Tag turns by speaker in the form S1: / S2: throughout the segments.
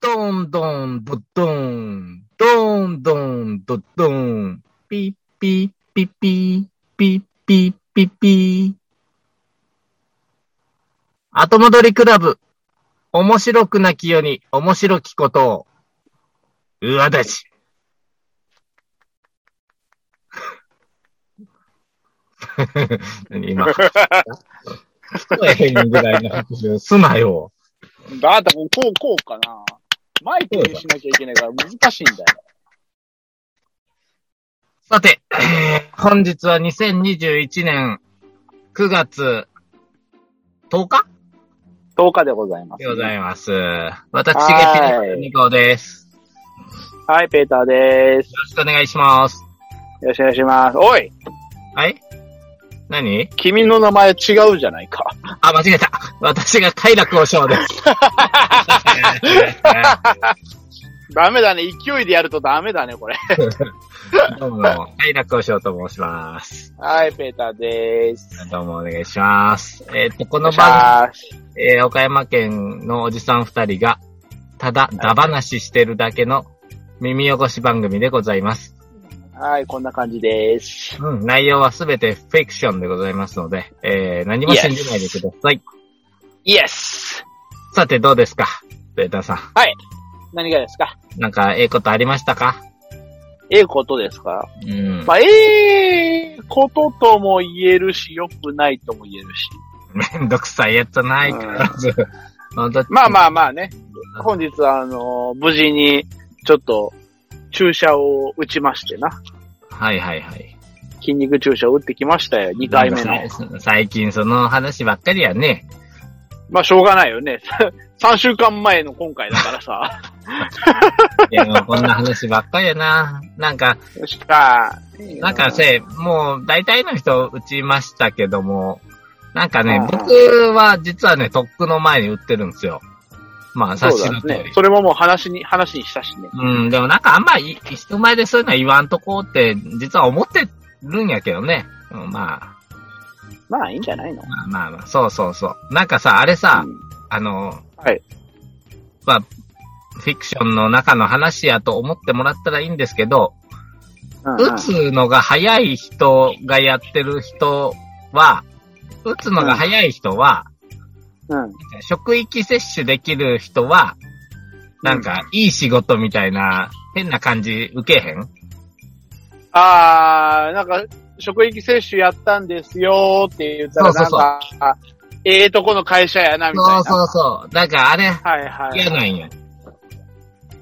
S1: どんどんどどん、どんどんどどん、ピッピッピッピー、ピッピッピッピー。後戻りクラブ、面白くなきように面白きことを、うわだし。何今、聞こえへんぐらいの拍手すなよ。
S2: だってもうこう、こうかな。マイクにしなきゃいけないから難しいんだよ。
S1: さて、えー本日は2021年9月10日
S2: 10日でございます、
S1: でございます。私、げしにこです。よ
S2: はい、ペーターです。
S1: ろしくお願いします。
S2: よろしくお願いします。おい
S1: はい何
S2: 君の名前違うじゃないか。
S1: あ、間違えた。私が快楽をしよう です。
S2: ダメだね。勢いでやるとダメだね、これ。
S1: どうも、快楽をしようと申します。
S2: はい、ペーターです。
S1: どうもお願いします。えっ、と、この
S2: お
S1: 番
S2: 願いします
S1: 組、えー岡山県のおじさん二人が、ただ、だ話してるだけの耳汚し番組でございます。
S2: はい、こんな感じです。
S1: うん、内容はすべてフィクションでございますので、えー、何も信じないでください。
S2: イエス
S1: さて、どうですかベータさ
S2: 何がですか
S1: ん。なんか、ええことありましたか
S2: ええことですか
S1: うん。
S2: まあ、ええこととも言えるし、良くないとも言えるし。
S1: めんどくさいやつないからず。ま
S2: まあ
S1: あ。
S2: まあまあね。本日は、あのー無事に、ちょっと、注射を打ちましてな。
S1: はいはいはい。
S2: 筋肉注射を打ってきましたよ、2回目の。
S1: の。最近その話ばっかりやね。
S2: まあ、しょうがないよね。3週間前の今回だから さ。
S1: いや、もうこんな話ばっかりやな。なんか、
S2: よしか。
S1: なんかせ、もう大体の人打ちましたけども、なんかね
S2: あ、ー
S1: 僕は実はね、とっくの前に打ってるんですよ。まあ、
S2: そ
S1: 察
S2: う
S1: し
S2: だ
S1: の通り
S2: ね。。それももう話に、話にしたしね。
S1: うん、でもなんかあんまり人前でそういうのは言わんとこうって、実は思ってるんやけどね。うん、ま
S2: まあ、いいんじゃないの
S1: あ、まあまあまあ、そうそうそう。なんかさ、あれさ
S2: う、ん
S1: あの、
S2: はい。
S1: まあ、フィクションの中の話やと思ってもらったらいいんですけど、
S2: うんうん
S1: 打つのが早い人がやってる人は、打つのが早い人は、
S2: うん。
S1: 職域接種できる人は、なんか、いい仕事みたいな、変な感じ受けへん
S2: あー、なんか、職域接種やったんですよーって言ったら、
S1: そう
S2: な
S1: そ
S2: ん
S1: うそう
S2: か、あええとこの会社やな、みた
S1: そ
S2: いな。
S1: うそうそう。なんかあれ、
S2: はいはい。
S1: 嫌なんや。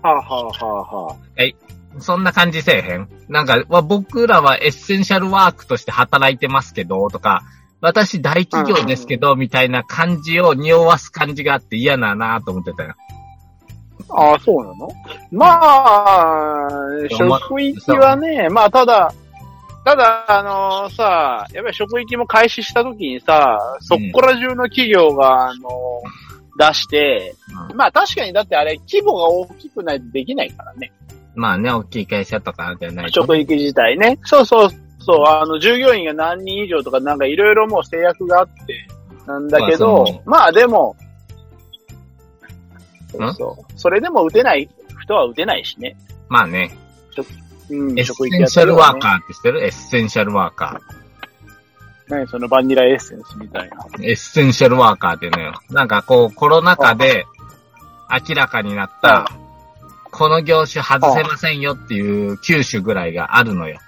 S2: はあ、はあはあはあ、
S1: そんな感じせえへん。なんか、わ僕らはエッセンシャルワークとして働いてますけど、とか、私大企業ですけど、みたいな感じを匂わす感じがあって嫌だなと思ってたよ。
S2: ああ、そうなのまあ、職域はね、まあ、ただ、ただ、あのさ、やっぱり職域も開始した時にさ、そこら中の企業が、あの出して、
S1: うん
S2: まあ確かにだってあれ、規模が大きくないとできないからね。
S1: まあね、大きい会社とかじゃないと。
S2: 職域自体ね。そうそうそう、あの、従業員が何人以上とかなんかいろいろもう制約があって、なんだけ
S1: ま
S2: ど
S1: あその、
S2: まあでも、そ
S1: ん
S2: うそう。それでも打てない人は打てないしね。
S1: まあね、
S2: うん、
S1: エッ
S2: 職
S1: セ
S2: 域や
S1: ン
S2: っ
S1: シ
S2: た
S1: ャ
S2: り
S1: ル
S2: は
S1: ワ
S2: ね
S1: ーカーって知ってるエッセンシャルワーカ
S2: 何そのバニラエッセンスみたいな。
S1: ー。エッセンシャルワーカーっていうのよ。なんかこう、コロナ禍で明らかになった、この業種外せませんよっていう9種ぐらいがあるのよ。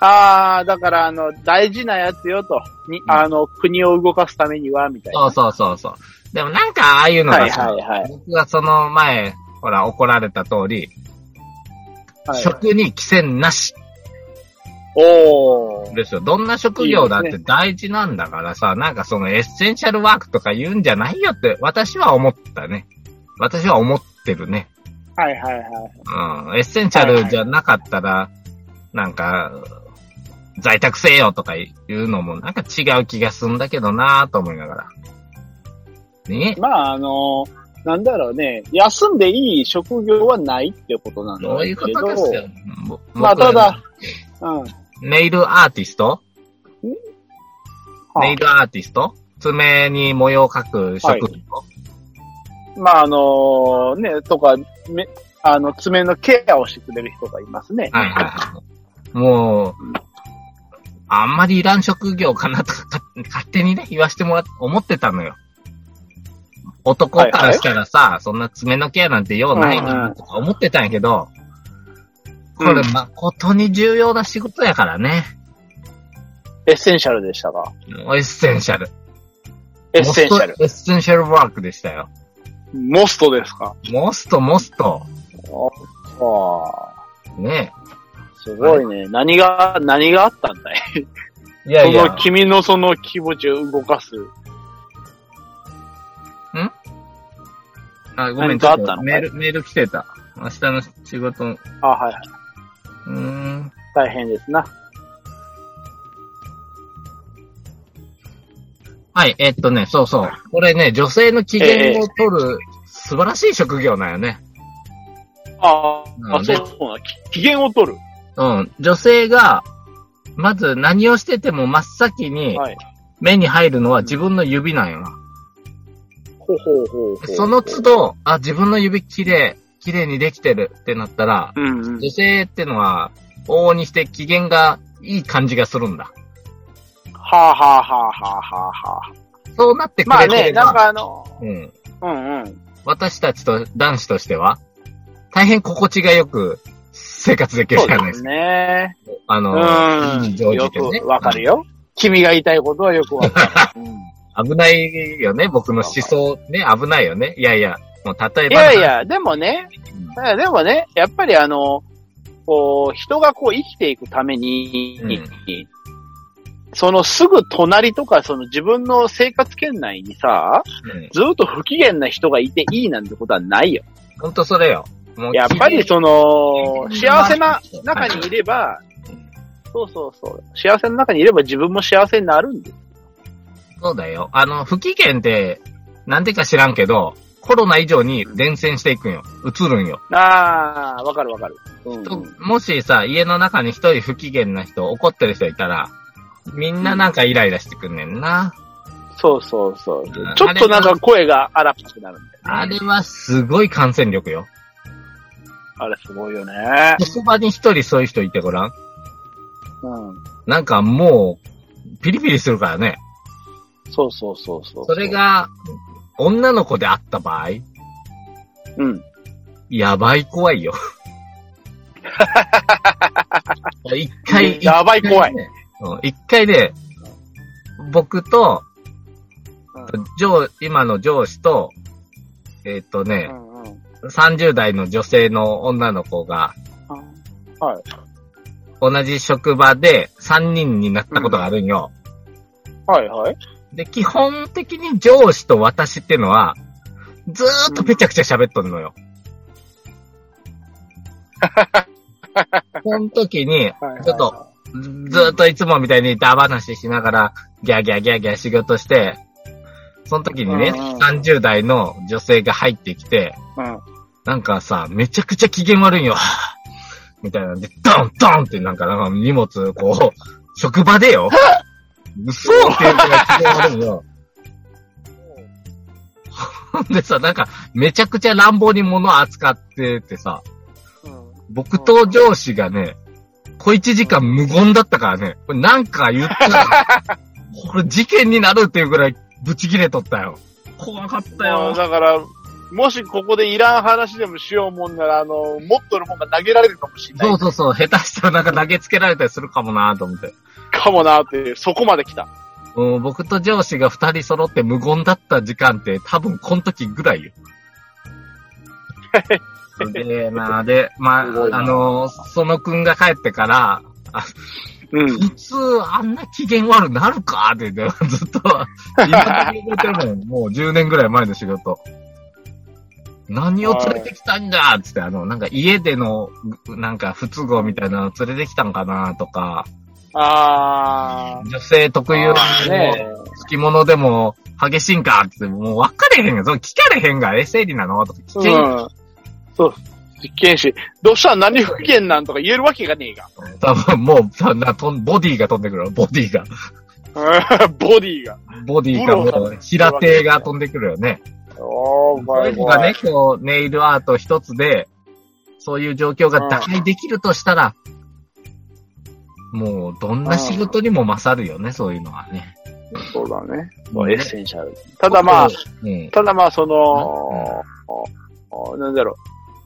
S2: ああ、だからあの、大事なやつよと。に、
S1: ん
S2: あの、国を動かすためには、みたいな。
S1: そうそうそうそう。でもなんかああいうの
S2: は
S1: が
S2: い
S1: さ、
S2: はいはい。
S1: 僕がその前、ほら怒られた通り、
S2: はい、
S1: 職に規制なし
S2: おー。
S1: ですよ。どんな職業だっ
S2: いい
S1: て
S2: で
S1: 大事なんだからさ、なんかそのエッセンシャルワークとか言うんじゃないよって私は思ったね。私は思ってるね。
S2: はいはいはい。
S1: うん。エッセンシャルじゃなかったら、なんか、在宅せよとか言うのもなんか違う気がするんだけどなぁと思いながら。ね
S2: まああの、なんだろうね、休んでいい職業はないってことなんだ
S1: どういうことですよ。ぼ
S2: まあ
S1: 僕
S2: ただ、うん。
S1: ネイルアーティスト
S2: は
S1: ネイルアーティスト爪に模様を描く職業、
S2: まあ、あの、ね、とか、めあの、爪のケアをしてくれる人がいますね。
S1: はいはいはい。もう、あんまりいらん職業かなとか、か勝手にね、言わしてもらって、思ってたのよ。男からしたらさ、そんな爪のケアなんて用ないなとか思ってたんやけど、これ
S2: うん
S1: 誠に重要な仕事やからね。
S2: エッセンシャルでしたが。
S1: エッセンシャル。
S2: エッセンシャル
S1: モス。トエッセンシャルワークでしたよ。
S2: モストですか。
S1: モスト、モスト。
S2: ああ、
S1: ね
S2: すごいね。何が、何があったんだい。
S1: え。いやい
S2: その
S1: や、
S2: 君のその気持ちを動かす。
S1: あごめん、
S2: 何
S1: ちょ
S2: かあ
S1: っ
S2: った
S1: と
S2: の
S1: メール、メール来てた。明日の仕事、う
S2: あはい。
S1: ーん。
S2: 大変ですな。
S1: はい、えっとね、そうそう。これね、女性の機嫌を取る素晴らしい職業なんよね。
S2: ああ、
S1: うん
S2: そうそうな。き機嫌を取る。
S1: うん。女性が、まず何をしてても真っ先に
S2: はい。
S1: 目に入るのは自分の指なんよな。
S2: ほうほうほうほう。
S1: その都度、あ、自分の指綺麗、綺麗にできてるってなったら、
S2: うんうん。
S1: 女性ってのは、往々にして機嫌がいい感じがするんだ。
S2: はあはあはあはあはあはあ。
S1: そうなってく
S2: まあ
S1: れて
S2: ね、
S1: れば、
S2: なんかあの、
S1: うん、
S2: うんうん。
S1: 私たちと男子としては、大変心地がよく生活できる
S2: そ
S1: じ
S2: う
S1: ゃないで
S2: ですす
S1: か。
S2: ね。
S1: あ
S2: う
S1: の、いい
S2: ん。
S1: 上
S2: よ
S1: 手でね。
S2: くわかるよ。君が言いたいことはよくわかる。うん
S1: 危ないよね、僕の思想ね、危ないよね。いやいや、もう例えば。
S2: いやいや、でもね、
S1: うん、
S2: いやでもね、やっぱりあの、こう、人がこう生きていくために、そのすぐ隣とか、その自分の生活圏内にさ、
S1: うん
S2: ずっと不機嫌な人がいていいなんてことはないよ。
S1: ほんとそれよ。もう
S2: やっぱりその、
S1: 機嫌
S2: 幸せな中にいれば
S1: うん、
S2: そうそうそう、幸せの中にいれば自分も幸せになるんです。
S1: そうだよ。あの、不機嫌って、なんでか知らんけど、コロナ以上に伝染していくんよ。移るんよ。
S2: ああ、わかるわかる。うん
S1: ともしさ、家の中に一人不機嫌な人、怒ってる人いたら、みんななんかイライラしてくんねんな。
S2: そうそうそう
S1: うん。
S2: ちょっとなんか声が荒っぽくなるんだよね
S1: あれはすごい感染力よ。
S2: あれすごいよね。
S1: そばに一人そういう人いてごらん。
S2: うん。
S1: なんかもう、ピリピリするからね。
S2: そうそうそうそう。
S1: それ、が、女の子であった場合、
S2: うん。
S1: やばい怖 いよ。一回、
S2: やばい怖い。
S1: うん一回ね、僕と、
S2: うん
S1: 上、今の上司と、えっ、とね、
S2: うんうん
S1: 30代の女性の女の子が、
S2: はい。
S1: 同じ職場で3人になったことがあるんよ。
S2: はいはい。
S1: で、基本的に上司と私ってのは、ずーっとぺちゃくちゃ喋っとる のよ。その時に、
S2: はいはい
S1: ちょっと。ずずーっといつもみたいにダ話しながら、ギャーギャーギャーギャー仕事して、その時にね、
S2: うん
S1: 30代の女性が入ってきて、
S2: うん。
S1: なんかさ、めちゃくちゃ機嫌悪いんよ。 みたいなんで、ドンドンってなんか、なんか荷物、こう、職場でよ。嘘って言うからい機嫌悪いんよ。ほんでさ、なんか、めちゃくちゃ乱暴に物を扱っててさ、
S2: うん
S1: 僕と上司がね、小一時間無言だったからね、これなんか言ったら、これ事件になるっていうぐらいブチ切れとったよ。怖かった
S2: もう
S1: よ。
S2: だから、もしここでいらん話でもしようもんなら、あの、持っとるもんが投げられるかもしれ
S1: そ
S2: な
S1: う
S2: い
S1: そうそう、下手したらなんか投げつけられたりするかもなと思って。
S2: かもなーっていう、そこまで来た。
S1: うん、僕と上司が二人揃って無言だった時間って多分この時ぐらい よ。すげえなで、まあ、あ
S2: すごいな
S1: のー、そのくんが帰ってから、あ
S2: うん。
S1: 普通あんな機嫌悪なるかって言って、ずっと、今で言ってもん、もう10年ぐらい前の仕事。何を連れてきたんだっつって、あの、なんか家での、なんか不都合みたいなの連れてきたんかなとか、
S2: あ
S1: 女性特有の
S2: ー。ね
S1: 付き物でも激しいんかって、もう分かれへんよ。その聞かれへんが、え、生理なのとか
S2: う
S1: 聞けんよ、
S2: ん。そう。実験し、どうしたら何不機嫌なんとか言えるわけがねえが。
S1: 多分もう、そんなとんボディが飛んでくるボディが。
S2: ボディが。
S1: ボディがもう、平手が飛んでくるよね。
S2: おー、怖い
S1: 僕が
S2: 怖
S1: ね
S2: い。、
S1: こう、ネイルアート一つで、そういう状況が打開できるとしたら、もう、どんな仕事にも勝るよね、そういうのはね。
S2: そうだね。
S1: もう
S2: エッセンシャル。ただまあ、
S1: うん。
S2: ただまあ、その、おなんだろう。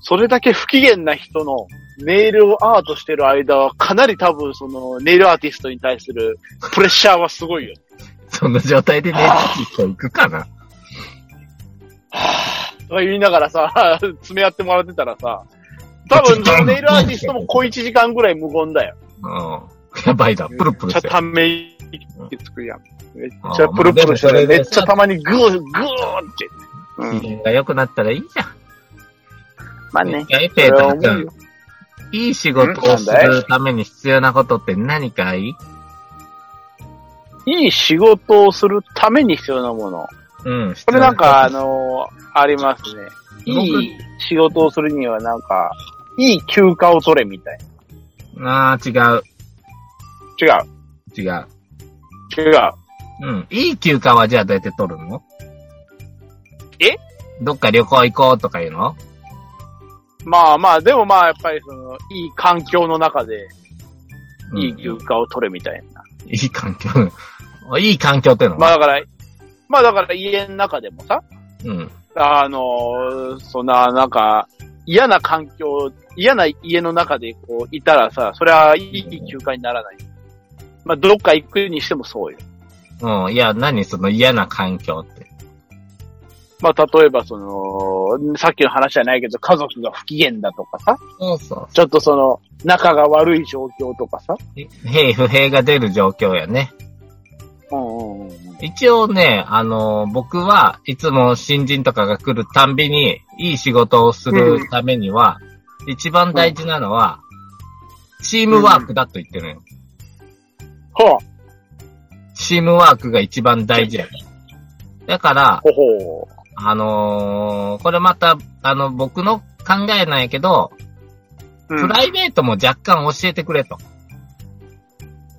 S2: それだけ不機嫌な人のネイルをアートしてる間は、かなり多分そのネイルアーティストに対するプレッシャーはすごいよ。
S1: その状態でネイルアーティスト行くかな。
S2: とか言いながらさ、 詰め合ってもらってたらさ、多分そのネイルアーティストも小1時間ぐらい無言だよ。
S1: うん。やばいな、プルプル
S2: めっ
S1: し
S2: ち
S1: て
S2: ゃ。ため息つくやん。めっちゃプルプルして
S1: あーまあでもそれ
S2: る。
S1: で
S2: めっちゃたまにグー、グーって。う
S1: 機
S2: ん。
S1: 嫌が良くなったらいいじゃん。
S2: まあ
S1: ね
S2: ね。、
S1: エ
S2: それ
S1: ペー
S2: は
S1: ター
S2: 思う
S1: 君
S2: よ、
S1: いい仕事をするために必要なことって何かいい
S2: いい仕事をするために必要なもの。
S1: うん。
S2: これなんか、あのーありますね。
S1: 僕
S2: いい仕事をするにはなんか、いい休暇を取れみたい
S1: ああ、違う、
S2: な。違
S1: 違う。
S2: う。違う。
S1: うん。いい休暇はじゃあどうやって取るの
S2: え
S1: どっか旅行行こうとか言うの
S2: まあまあ、でもまあ、やっぱりその、いい環境の中で、いい休
S1: うん
S2: 暇を取れみたいな。
S1: いい環境。 いい環境ってのは、
S2: まあだから、まあだから家の中でもさ、
S1: うん。
S2: あのーそんな、なんか、嫌な環境、嫌な家の中でこう、いたらさ、それはいい休暇にならない。まあ、どっか行くにしてもそうよ。
S1: うん。いや、何その嫌な環境って。
S2: まあ、例えばその、さっきの話じゃないけど、家族が不機嫌だとかさ、
S1: そうそう。
S2: ちょっとその、仲が悪い状況とかさ。
S1: 兵不平が出る状況やね。
S2: うんうんうん。
S1: 一応ね、あの僕はいつも新人とかが来るたんびに、いい仕事をするためには、一番大事なのは、チームワークだと言ってるのよ。
S2: は
S1: チームワークが一番大事やね。だから
S2: あ、、ほほ
S1: あのーこれまた、あの、僕の考えなんやけど、
S2: う。う
S1: プ
S2: ん、
S1: ライベートも若干教えてくれと。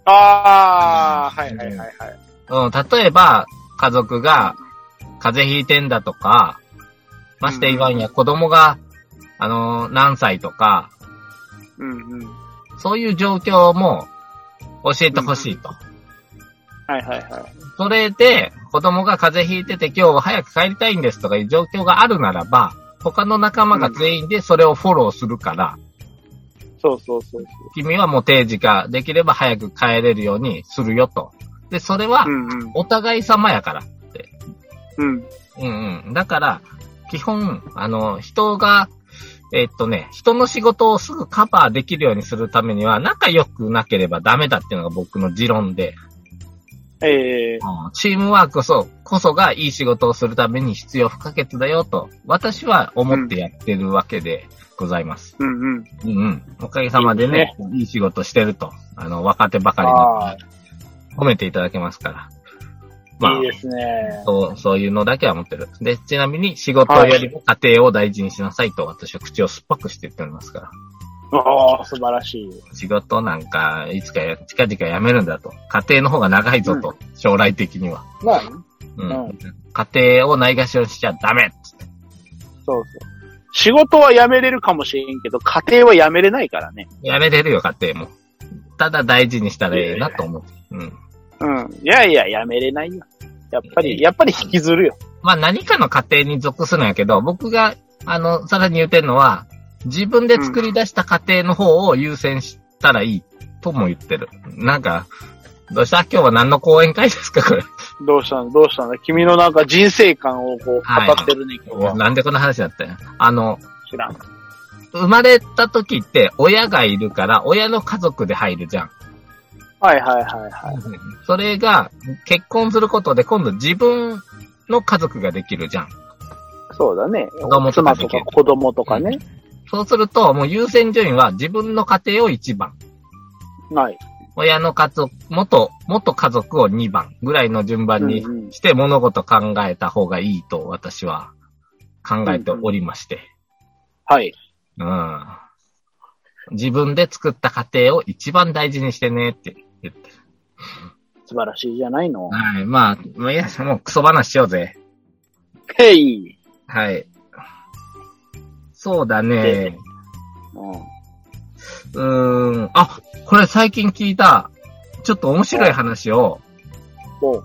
S2: ああ、はいはいはいはい。
S1: うん、例えば、家族が風邪ひいてんだとか、まして言わんや、子供が、あのー何歳とか、
S2: うんうん。
S1: そういう状況も教えてほしいと。
S2: はいはいはい。
S1: それで、子供が風邪ひいてて今日は早く帰りたいんですとかいう状況があるならば、他の仲間が全員でそれをフォローするから、
S2: そうそうそう
S1: 君はもう定時ができれば早く帰れるようにするよと。で、それは
S2: そう。うんうん。
S1: お互い様やから。
S2: うん。
S1: うんうん。だから、基本、あの、人が、えっとね、人の仕事をすぐカバーできるようにするためには、仲良くなければダメだっていうのが僕の持論で、
S2: ええ
S1: うんチームワークこそ、こそがいい仕事をするために必要不可欠だよと、私は思ってやってるわけでございます。
S2: うんうん。
S1: うんうん。おかげさまでね、いい仕事してると、あの、若手ばかり
S2: ああ、
S1: に褒めていただけますから。
S2: いいですね。
S1: そう、そういうのだけは持ってる。で、ちなみに仕事よりも家庭を大事にしなさいと私は口を酸っぱくして言っておりますから。
S2: ああ、素晴らしい。
S1: 仕事なんか、いつかや、近々やめるんだと。家庭の方が長いぞと。将来的には。
S2: まあ、
S1: うん。
S2: うん
S1: 家庭をないがしろにしちゃダメっつって
S2: そうそう。仕事は辞めれるかもしれんけど、家庭は辞めれないからね。
S1: やめれるよ、家庭も。ただ大事にしたらいいなと思う。うん。
S2: うん。いやいや、辞めれないよ。やっぱり、やっぱり引きずるよ。
S1: まあ何かの家庭に属するんやけど、僕が、あの、さらに言ってるのは、自分で作り出した家庭の方を優先したらいいとも言ってる。なんか、どうした今日は何の講演会ですかこれ。
S2: どうしたのどうしたの君のなんか人生観をこう
S1: はい
S2: 語ってるね、今日は。
S1: なんでこんな話だったんやあの、
S2: 知らん。
S1: 生まれた時って親がいるから、親の家族で入るじゃん。
S2: はいはいはいはい。
S1: それが、結婚することで今度自分の家族ができるじゃん。
S2: そうだね。
S1: 供とか
S2: 妻
S1: で
S2: と
S1: き
S2: か
S1: る
S2: 子供とかね。
S1: そうすると、もう優先順位は自分の家庭を1番。
S2: はい。
S1: 親の家族、元、元家族を2番ぐらいの順番に
S2: うんうん
S1: して物事考えた方がいいと私は考えておりまして。
S2: はい。
S1: うん。自分で作った家庭を一番大事にしてねって言ってる。
S2: 素晴らしいじゃないの。
S1: はい。まあ、まあいや、もうクソ話しようぜ。
S2: へい。
S1: はい。そうだね。
S2: う
S1: うーん。あ、これ最近聞いた、ちょっと面白い話を、
S2: ん。も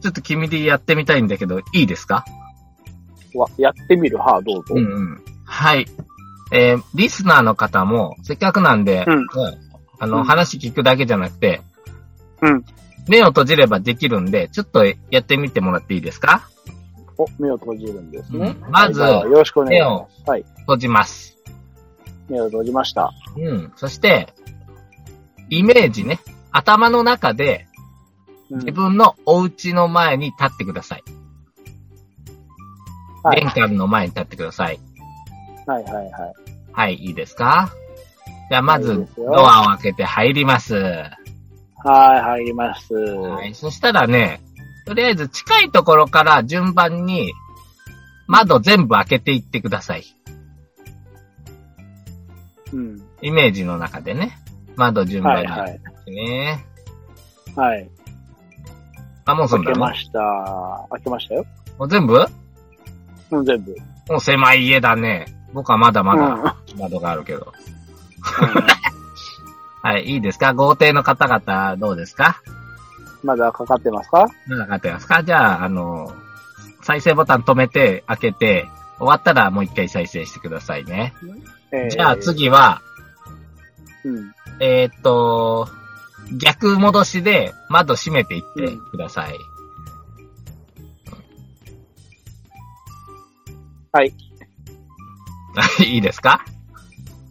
S1: ちょっと君でやってみたいんだけど、いいですか
S2: う、わやってみる。はあ、どうぞ。
S1: うんうん。はい。えーリスナーの方も、せっかくなんで、
S2: うん
S1: あ
S2: う
S1: の、
S2: ん
S1: 話聞くだけじゃなくて、
S2: うん。
S1: 目を閉じればできるんで、ちょっとやってみてもらっていいですか
S2: お、目を閉じるんですね。
S1: うんまず
S2: はいじゃあよろしくお願いします。はい。
S1: 閉じます。
S2: 目を閉じました。
S1: うん。そして、イメージね。頭の中で、
S2: うん
S1: 自分のお家の前に立ってください。
S2: はい
S1: 玄関の前に立ってください。
S2: はいはいはい。
S1: はい、いいですかじゃあ、ま
S2: いい
S1: ず
S2: で、すよ
S1: ドアを開けて入ります。
S2: はい、入ります。
S1: はい。そしたらね、とりあえず近いところから順番に窓全部開けていってください。
S2: うん。
S1: イメージの中でね。窓順
S2: は
S1: 番
S2: い
S1: に
S2: は
S1: 開
S2: い。
S1: けてね。
S2: はい。
S1: あ、もうそ
S2: 開
S1: んだ
S2: けま
S1: ね。
S2: した。開けましたよ。
S1: もう全部
S2: もう全部。
S1: もう狭い家だね。僕はまだまだ窓があるけど。
S2: うん。うん
S1: はい、いいですか豪邸の方々どうですか
S2: まだかかってますか
S1: まだかかってますかじゃあ、あの、再生ボタン止めて、開けて、終わったらもう一回再生してくださいね。
S2: えー
S1: じゃあ。次は、
S2: うん。
S1: えーっと、逆戻しで窓閉めていってください。
S2: はい。
S1: いいですか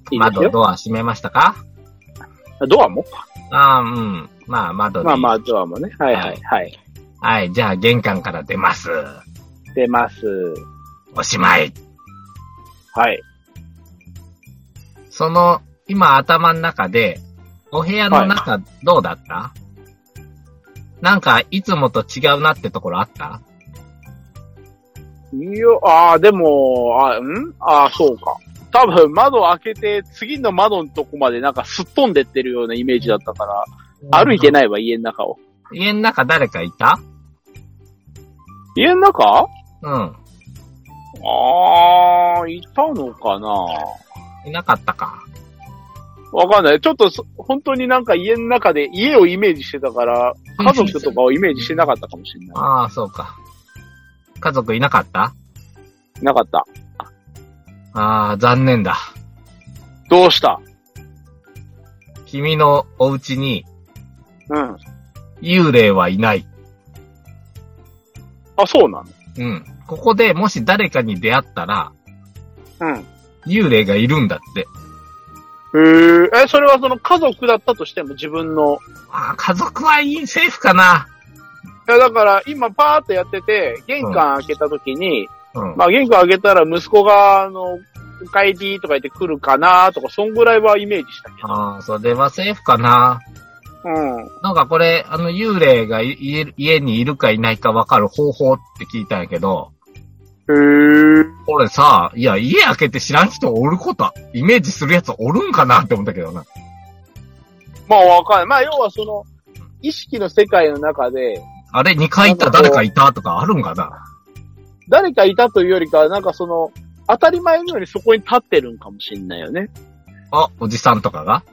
S2: いいです
S1: 窓、
S2: よ。
S1: ドア閉めましたか
S2: ドアも
S1: ああ、うん。まあ、窓で。
S2: まあまあ、ドアもね。はいはいはい。
S1: はい、じゃあ玄関から出ます。
S2: 出ます。
S1: おしまい。
S2: はい。
S1: その、今頭の中で、お部屋の中どうだった、なんか、いつもと違うなってところあった
S2: いや、ああ、でも、あんああ、そうか。多分、窓開けて、次の窓のとこまでなんかすっ飛んでってるようなイメージだったから、歩いて
S1: ない。
S2: ないわ、家の中を。
S1: 家の中誰かいた
S2: 家の中
S1: うん。
S2: ああ、いたのかない
S1: なかったか。
S2: わかんない。ちょっとそ、本当になんか家の中で家をイメージしてたから、家族とかをイメージしてなかったかもしれな
S1: ああ、そうか。家族いなかった
S2: い。なかった。
S1: ああ、残念だ。
S2: どうした
S1: 君のお家に
S2: うん。
S1: 幽霊はいない。
S2: あ、そうなの
S1: うん。ここでもし誰かに出会ったら、
S2: うん。
S1: 幽霊がいるんだって。
S2: へーえ、それはその家族だったとしても自分の。
S1: ああ、家族はいい、セーフかな。
S2: いや、だから今パーってやってて、玄関開けた時に、
S1: うん。
S2: まあ玄関開けたら息子が、あの、お帰りとか言って来るかなとか、そんぐらいはイメージしたけ
S1: ああ、それはセーフかな。
S2: ど。うん。
S1: なんかこれ、あの、幽霊がい家家にいるかいないかわかる方法って聞いたんやけど、
S2: へえ。
S1: これさ、いや、家開けて知らん人おること、イメージするやつおるんかなって思ったけどな。
S2: まあわかんない。まあ要はその、意識の世界の中で、
S1: あれ、2階行った誰かいたとかあるんかな
S2: 誰かいたというよりかは、なんかその、当たり前のようにそこに立ってるんかもしんないよね。
S1: あ、おじさんとかが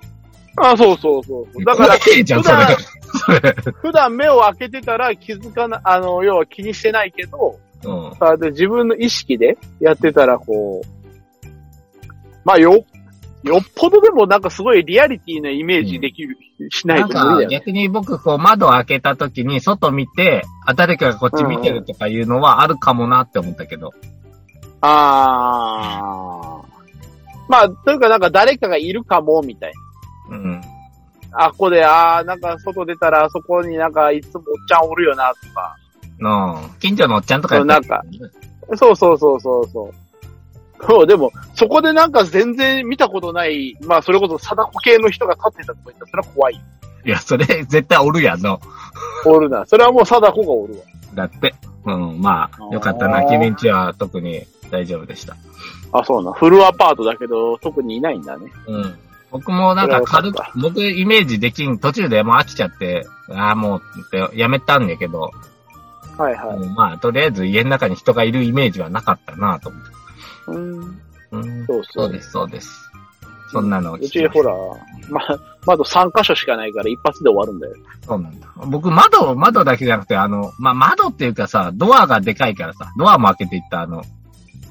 S2: あ、そうそうそう。だか
S1: 怖
S2: ら、
S1: えじゃん、それ。それ。
S2: 普段目を開けてたら気づかな、あの、要は気にしてないけど、
S1: うん。
S2: あで自分の意識でやってたら、こう、まあ、よ、よっぽどでもなんかすごいリアリティなイメージできる、しない
S1: なん
S2: と無理
S1: か、
S2: だよね。
S1: 逆に僕、こう、窓開けた時に、外見て、あ、誰かがこっち見てるとかいうのはあるかもなって思ったけど。
S2: ああ。まあ、というかなんか誰かがいるかも、みたい
S1: うん。
S2: な。あ、ここで、ああ、なんか外出たらあそこになんかいつもおっちゃんおるよな、とか。
S1: うん。近所のおっちゃんとかやったら
S2: そうそうそうそうそうそう。そう、でも、そこでなんか全然見たことない、まあ、それこそ貞子系の人が立ってたとか言ったら、それは怖い。
S1: いや、それ、絶対おるやんの。
S2: おるな。それはもう貞子がおるわ。
S1: だって。うん、ま
S2: あ
S1: あ、
S2: ー
S1: よかったな。君んちは特に大丈夫でした。
S2: あ、そうな。フルアパートだけど、特にいないんだね。
S1: うん。僕もなんか軽
S2: それは
S1: く
S2: よかっ、
S1: 僕イメージできん、途中でもう飽きちゃって、ああ、もうってやめたんだけど、
S2: はいはい。
S1: うんまあ、とりあえず家の中に人がいるイメージはなかったなと思って。
S2: うん。
S1: うん、
S2: そうそ。
S1: そううです、そうです。そんなのを
S2: う
S1: 聞き
S2: ち
S1: ました
S2: ほら、ま、窓3箇所しかないから一発で終わるんだよ。
S1: そうなんだ。僕、窓、窓だけじゃなくて、あの、まあ、窓っていうかさ、ドアがでかいからさ、ドアも開けていった、あの、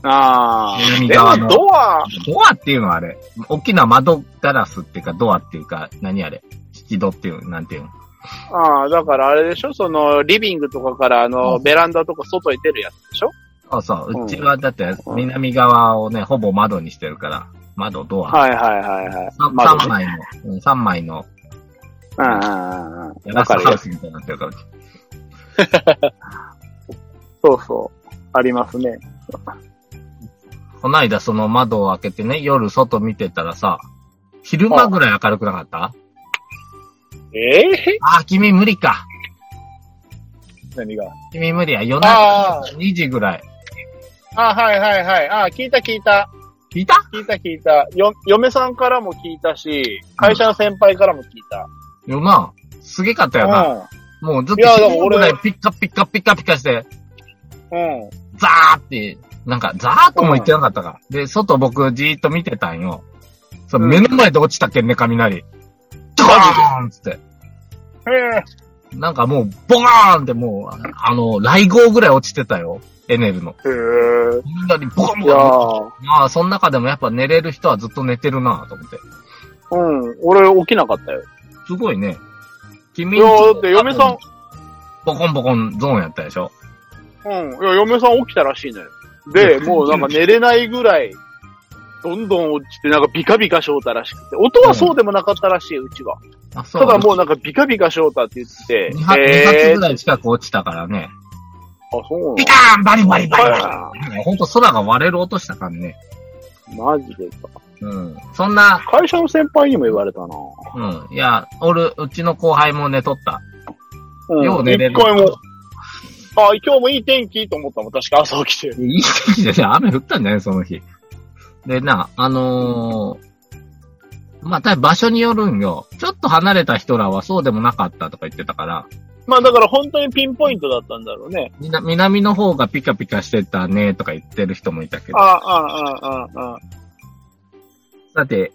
S2: あ
S1: ー
S2: でもドア、
S1: ドアっていうのはあれ、大きな窓ガラスっていうか、ドアっていうか、何あれ、引き戸っていう、なんていうの。
S2: ああ、だからあれでしょその、リビングとかから、あの、
S1: うん
S2: ベランダとか外に出るやつでしょ
S1: そうそうう、
S2: ん
S1: うちはだって南側をね、ほぼ窓にしてるから、窓、ドア、
S2: はいはいはいはい。
S1: 三
S2: 窓
S1: 3
S2: ね
S1: 枚の、3枚の
S2: うんうんうんう
S1: ガ
S2: ん。だ
S1: ラス
S2: か
S1: ハ
S2: ら
S1: ウ、スみたいになってるから、
S2: そうそう。ありますね。
S1: こないだその窓を開けてね、夜外見てたらさ、昼間ぐらい明るくなかったあ
S2: ええ
S1: あー、君無理か。
S2: 何が
S1: 君無理や。夜
S2: あ
S1: 中
S2: あ
S1: 2時ぐらい。
S2: あ、はいはいはい。あ聞いた聞いた。
S1: 聞いた
S2: 聞いた聞いた。よ、嫁さんからも聞いたし、会社の先輩からも聞いた。
S1: よな。すげかったよな。もうずっと
S2: いやでも
S1: 昼間ぐらい
S2: 俺
S1: ピッカピッカピッカピカして、
S2: うん。うん。
S1: ザーって、なんかザーとも言ってなかったから。で、外僕じーっと見てたんよ。そう
S2: うん
S1: 目の前で落ちたっけんね、雷。ドーンっつって。
S2: へえ。
S1: なんかもう、ボカーンってもう、あの、雷号ぐらい落ちてたよ。エネルの。
S2: へえ。
S1: みんなにボコン
S2: い
S1: ボ
S2: や
S1: コン。
S2: ー
S1: まあ、その中でもやっぱ寝れる人はずっと寝てるなぁと思って。
S2: うん。俺起きなかったよ。
S1: すごいね。
S2: い
S1: 君
S2: やーだって嫁さん、
S1: ボコンボコンゾーンやったでしょ
S2: うん。いや、嫁さん起きたらしいのよ。で、もうなんか寝れないぐらい、どんどん落ちて、なんかビカビカしょうたらしくて。音はそうでもなかったらしい、うちは。
S1: あ、そ
S2: ただもうなんかビカビカしょうたって言って
S1: 2発、
S2: え
S1: 2
S2: ー
S1: 発ぐらい近く落ちたからね。
S2: あ、そう
S1: ピ
S2: な
S1: カーンバリバリバリバ
S2: の
S1: リほんと空が割れる音したからね。
S2: マジでか。
S1: うん。そんな、
S2: 会社の先輩にも言われたな
S1: うん。いや、俺、うちの後輩も寝とった。
S2: うん。
S1: よう寝れる
S2: 一回も。あ、今日もいい天気と思ったもん。確か朝起きて。
S1: いい天気でね、雨降ったんじゃないその日。で、な、あのー、まあ、た場所によるんよ。ちょっと離れた人らはそうでもなかったとか言ってたから、
S2: まあだから本当にピンポイントだったんだろうね。
S1: みな南の方がピカピカしてたねとか言ってる人もいたけど
S2: あ、。あ、あ、あ、あ、
S1: だって、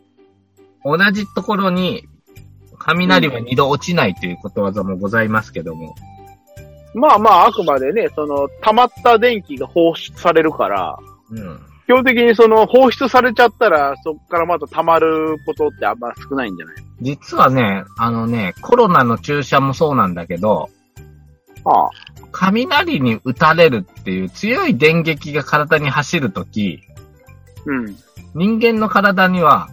S1: 同じところに、雷は二度落ちないということわざもございますけども。
S2: まあまあ、あくまでね、その、溜まった電気が放出されるから、
S1: うん。
S2: 基本的にその、放出されちゃったら、そこからまた溜まることってあんま少ないんじゃない
S1: 実はね、あのね、コロナの注射もそうなんだけど、
S2: ああ。
S1: 雷に打たれるっていう強い電撃が体に走るとき、
S2: うん。
S1: 人間の体には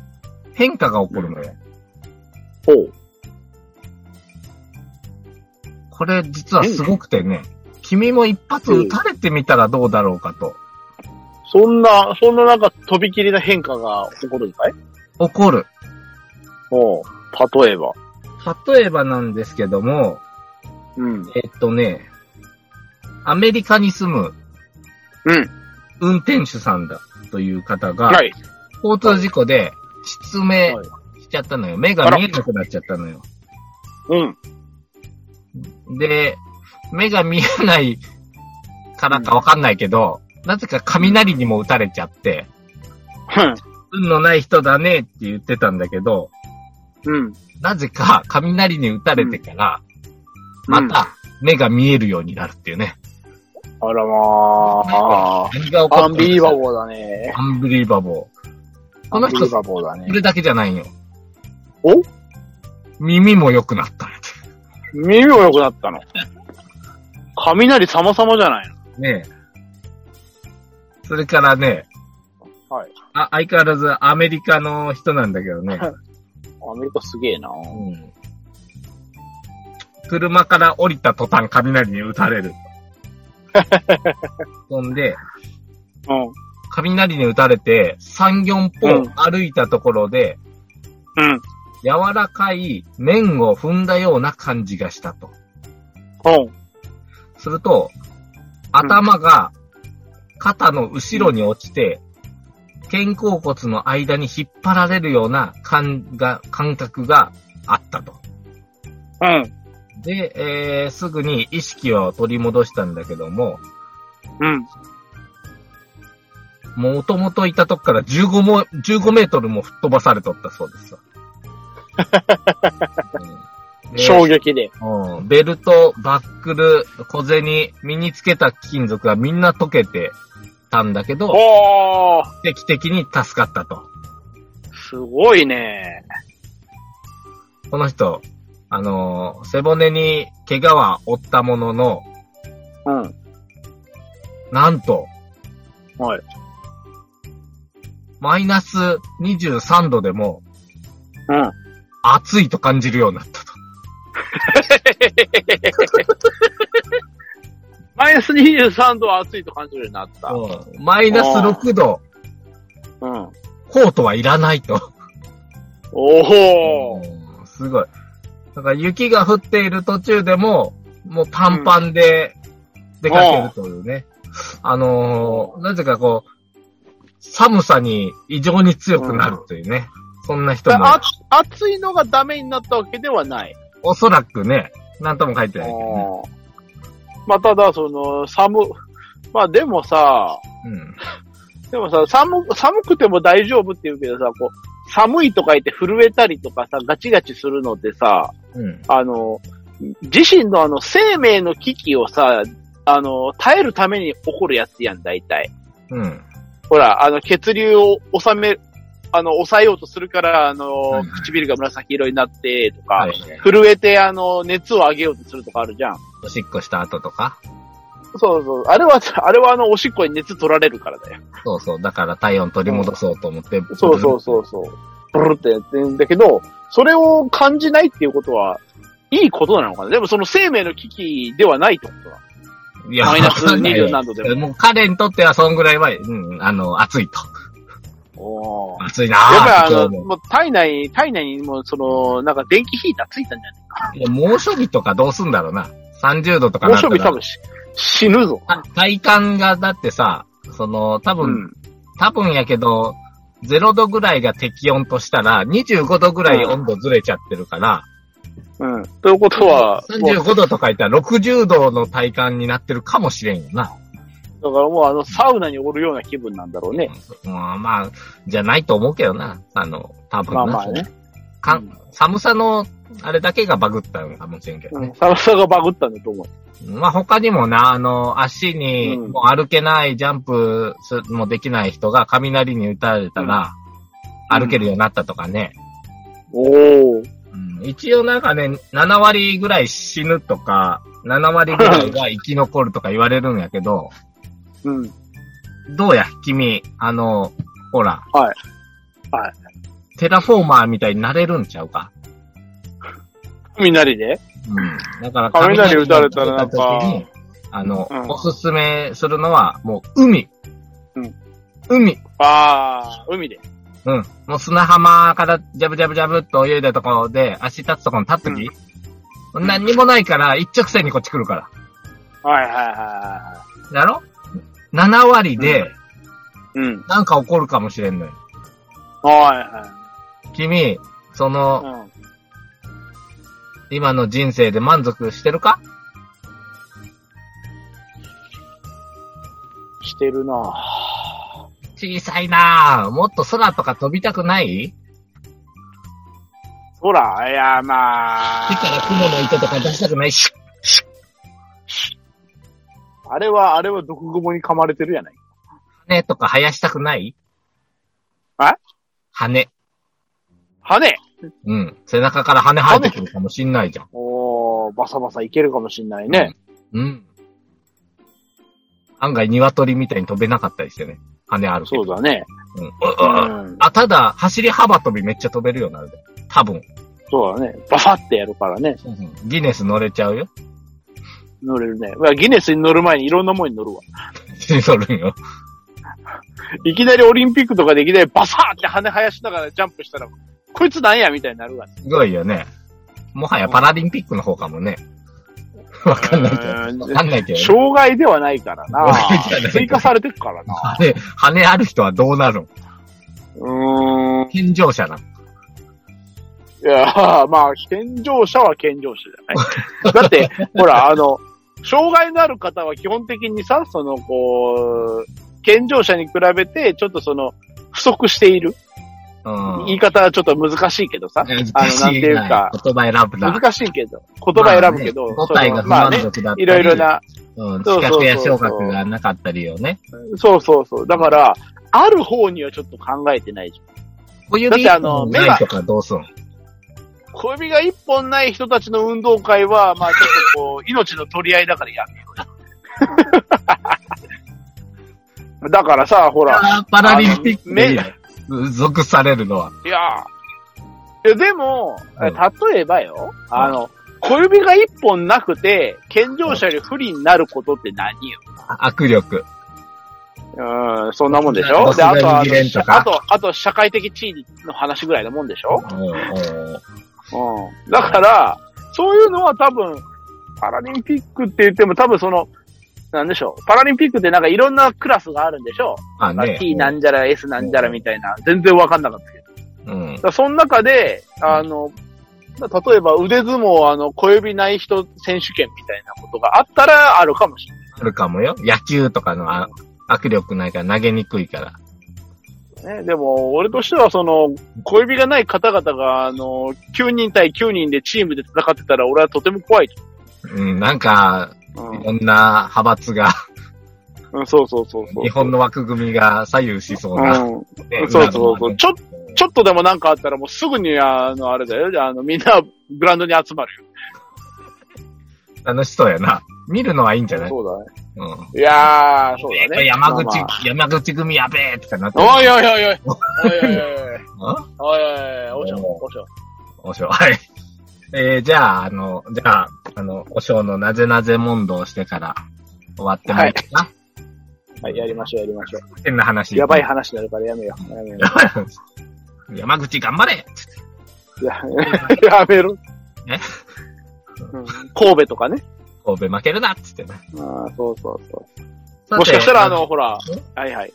S1: 変化が起こるのよ。
S2: ほう。
S1: これ実はすごくてね、君も一発打たれてみたらどうだろうかと。
S2: そんな、そんななんか、飛び切りな変化が起こるんかい
S1: 起こる。
S2: ほう。例えば。
S1: 例えばなんですけども、
S2: うん。
S1: えっとね、アメリカに住む
S2: うん。
S1: 運転手さんだという方が、
S2: はい。
S1: 交通事故で失明
S2: はい
S1: しちゃったのよ。目が見えなくなっちゃったのよ。
S2: うん。
S1: で、目が見えないからかわかんないけど、なぜか雷にも打たれちゃって、運のない人だねって言ってたんだけど、
S2: うん。
S1: なぜか雷に打たれてから、
S2: うん
S1: また目が見えるようになるっていうね。
S2: あらまあ。
S1: 何が起こった
S2: ア
S1: ん
S2: ン
S1: ですか
S2: ビリバボーだね。
S1: アンビリーバボー。この
S2: アンビ
S1: 人
S2: リ、バボーだね
S1: こ。れだけじゃないよ。
S2: お
S1: 耳も良くなった。
S2: 耳も良くなった の。雷様々じゃないの。
S1: ねえ。それからね、
S2: はい。
S1: あ、相変わらずアメリカの人なんだけどね、
S2: アメリカすげえな。
S1: うん、車から降りた途端雷に打たれ る。そんで、
S2: うん。
S1: 雷に打たれて3、4
S2: うん
S1: 本歩いたところで、
S2: うん。
S1: 柔らかい面を踏んだような感じがしたと。
S2: うん。
S1: すると、頭が肩の後ろに落ちて、肩甲骨の間に引っ張られるような感が感覚があったと。
S2: うん。
S1: で、えー、すぐに意識を取り戻したんだけども、
S2: うん。
S1: もともといたとこから15も、15メートルも吹っ飛ばされとったそう ですわ。うんで
S2: 衝撃で。
S1: うんベルト、バックル、小銭、身につけた金属がみんな溶けてたんだけど、
S2: おー
S1: 奇跡的に助かったと。
S2: すごいね。
S1: この人、あのー背骨に怪我は負ったものの、
S2: うん。
S1: なんと、
S2: はい。
S1: マイナス23度でも
S2: うん。
S1: 暑いと感じるようになったと。
S2: マイナス23度は暑いと感じるようになった。
S1: うんマイナス6度、
S2: うん。
S1: コートはいらないと。
S2: おー
S1: うんすごい。だから雪が降っている途中でも、もう短パンで出かけるというね。あのーなぜかこう、寒さに異常に強くなるというね。そんな人も
S2: あ、暑いのがダメになったわけではない。
S1: おそらくね、なんとも書いてないけどね。
S2: あーまあ、ただ、その、寒、まあでもさ、
S1: うん。
S2: でもさ、寒、寒くても大丈夫って言うけどさ、こう、寒いとか言って震えたりとかさ、ガチガチするのってさ、
S1: うん。
S2: あの、自身のあの、生命の危機をさ、あの、耐えるために起こるやつやん、大体。
S1: うん。
S2: ほら、あの、血流を収め、あの、抑えようとするから、あの、
S1: はいはい
S2: 唇が紫色になって、とか、
S1: はい。
S2: 震えて、あの、熱を上げようとするとかあるじゃん。
S1: おしっこした後とか。
S2: そうそう。あれは、あれはあの、おしっこに熱取られるからだよ。
S1: そうそう。だから体温取り戻そうと思って。
S2: そうそうそうそう。ブルってやってんだけど、それを感じないっていうことは、いいことなのかなでもその生命の危機ではないってことだ。
S1: いや
S2: マイナス
S1: わかんないよ
S2: 27度でも。
S1: もう彼にとってはそんぐらいは、うん、あの、暑いと。
S2: おー
S1: 暑いな
S2: やっぱ
S1: ぁ
S2: あ
S1: 今
S2: の、
S1: 日も。
S2: もう体内、体内にもうその、なんか電気ヒーターついたんじゃない
S1: いや猛暑日とかどうすんだろうな。30度とか
S2: 猛
S1: なった
S2: 暑
S1: ら
S2: 日多分し死ぬぞ。
S1: た体感がだってさ、その、多分、
S2: うん。
S1: 多分やけど、0度ぐらいが適温としたら、25度ぐらい温度ずれちゃってるから、
S2: うん。ということは、もうだか
S1: 35度とかいったら60度の体感になってるかもしれんよな。
S2: らもうあの、サウナにおるような気分なんだろうね。
S1: うん、まあ、じゃないと思うけどな。あの、多分
S2: ま
S1: な
S2: あまあね。
S1: か
S2: うん
S1: 寒さの、あれだけがバグったのかもしれんけど
S2: うん
S1: ね。。
S2: 寒さがバグったんだと思う。
S1: まあ他にもな、あの、足に
S2: うん
S1: もう歩けない、ジャンプすもできない人が雷に打たれたら、
S2: うん
S1: 歩けるようになったとかね。
S2: おー。
S1: うん一応なんかね、7割ぐらい死ぬとか、7割ぐらいが生き残るとか言われるんやけど、
S2: うん。
S1: どうや、君、あの、ほら。
S2: はい。はい。
S1: テラフォーマーみたいになれるんちゃうか
S2: 雷で
S1: うん。だから
S2: 雷打たれたらなんか
S1: 雷打たれた時にあの、
S2: うん
S1: おすすめするのは、もう、海。
S2: うん。
S1: 海。
S2: ああ、海で。
S1: うん。もう砂浜からジャブジャブジャブっと泳いだところで、足立つとこに立っとき、
S2: ん
S1: 何にもないから、一直線にこっち来るか
S2: はいはいはいは
S1: ら。だろ ?7 割で、
S2: い。うん。
S1: なんか起こるかもしれんのよ。
S2: は
S1: 君、そ
S2: い
S1: の、
S2: はい。
S1: 今の人生で満足してるか
S2: うん。してるなぁ。
S1: 小さいなぁ。もっと空とか飛びたくない
S2: ほら、いや、まあ。
S1: 手から雲の糸とか出したくないし。
S2: あれは、あれは毒蜘蛛に噛まれてるやない。
S1: 羽とか生やしたくない
S2: え
S1: 羽。
S2: 羽
S1: うん。背中から羽生えてくるかもしんないじゃん。
S2: おー、バサバサいけるかもしんないね。
S1: うん。案外鶏みたいに飛べなかったりしてね。羽あるけ
S2: そ
S1: ど。
S2: うだね。
S1: うん
S2: う
S1: ああ
S2: ん。
S1: あ、ただ、走り幅跳びめっちゃ飛べるようになるで。多分。
S2: そうだね。バサってやるからね。
S1: ギネス乗れちゃうよ。
S2: 乗れるね。まあギネスに乗る前にいろんなもんに乗るわ。
S1: 乗るよ。
S2: いきなりオリンピックとかでいきなりバサーって羽生やしながらジャンプしたら、こいつなんやみたいになるわ。
S1: すごいよね。もはやパラリンピックの方かもね。わかんないけど。わかんないけどね。
S2: 障害ではないから な
S1: 障害じゃない。
S2: 追加されてくからな。
S1: 羽、羽ある人はどうなるの
S2: うーん。
S1: 健常者なの。
S2: いや、まあ、健常者は健常者じゃ ない。だって、ほら、あの、障害のある方は基本的にさ、その、こう、健常者に比べて、ちょっとその、不足している。
S1: うん。
S2: 言い方はちょっと難しいけどさ。
S1: 難しい
S2: あの、なんていうか、
S1: 言葉選ぶな。
S2: 難しいけど、言葉選ぶけど、
S1: まあね
S2: そ
S1: 答えが
S2: の
S1: 不
S2: まあ
S1: 満
S2: ね、
S1: 足だったり、
S2: いろいろな、
S1: うん、
S2: そうそうそう
S1: 資格や昇格がなかったりよね。
S2: そうそうそう。だから、ある方にはちょっと考えてないじゃん。
S1: 小指一
S2: だってあの
S1: 本ないとかどうすん
S2: 小指が一本ない人たちの運動会は、まあちょっとこう、命の取り合いだからやめようよ。 だからさ、ほら、
S1: あーパラリンピックでいいよ属されるのは。
S2: いやーいや、でも、
S1: うん
S2: 例えばよ、あの、小指が一本なくて、健常者より不利になることって何よ
S1: 握力。
S2: うん、そんなもんでし
S1: ロ
S2: ょ
S1: ス
S2: で、あとは
S1: ロスベルギレンとか
S2: あと、あと、社会的地位の話ぐらいのもんでしょ
S1: うんうん
S2: うん。だから、そういうのは多分、パラリンピックって言っても多分その、なんでしょう。パラリンピックってなんかいろんなクラスがあるんでしょ
S1: まあ
S2: まあ
S1: ね。
S2: ?T なんじゃら、S なんじゃらみたいな。全然わかんなかったけど。
S1: うん
S2: だか。らその中で、あの、例えば腕相撲、あの、小指ない人選手権みたいなことがあったらあるかもしれ
S1: あるかもよ。野球とかのあ握力ないから投げにくいから。
S2: ないね。でも、俺としてはその、小指がない方々が、あの、9人対9人でチームで戦ってたら俺はとても怖いと。
S1: うん、なんか、
S2: うん
S1: いろんな派閥が、
S2: うん、そうそうそうそう。
S1: 日本の枠組みが左右しそうな。
S2: うん。
S1: ね
S2: そうそうそう。ちょ、
S1: ち
S2: ちょっとでもなんかあったらもうすぐに、あの、あれだよ。あの、みん なグラウンドに集まるよ。
S1: 楽しそうやな。見るのはいいんじゃない
S2: そうだね。
S1: うん。
S2: いやー、そうだ
S1: やっぱ
S2: ね。
S1: 山口、
S2: まあまあ
S1: 山口組やべえとかなってる。
S2: おいおいおいおい。お
S1: あ
S2: いおいおいおい。おいおいおい、おしょ、
S1: お
S2: おしょ。
S1: おしょう。はい。 えー、じゃあ、あの、じゃあ、あの、おしょうのなぜなぜ問答をしてから終わってもいいかな、
S2: はい、やりましょう、やりましょ
S1: 変な話。
S2: う。やばい話になるからやめよう。やめよ
S1: やばい話。 山口頑張れ
S2: う。 ややめろ。
S1: え
S2: うん神戸とかね。
S1: 神戸負けるなっつってね。
S2: ああ、そうそうそ
S1: さ
S2: う。
S1: て
S2: もしかしたら、あの、、ほら
S1: え。
S2: はいはい。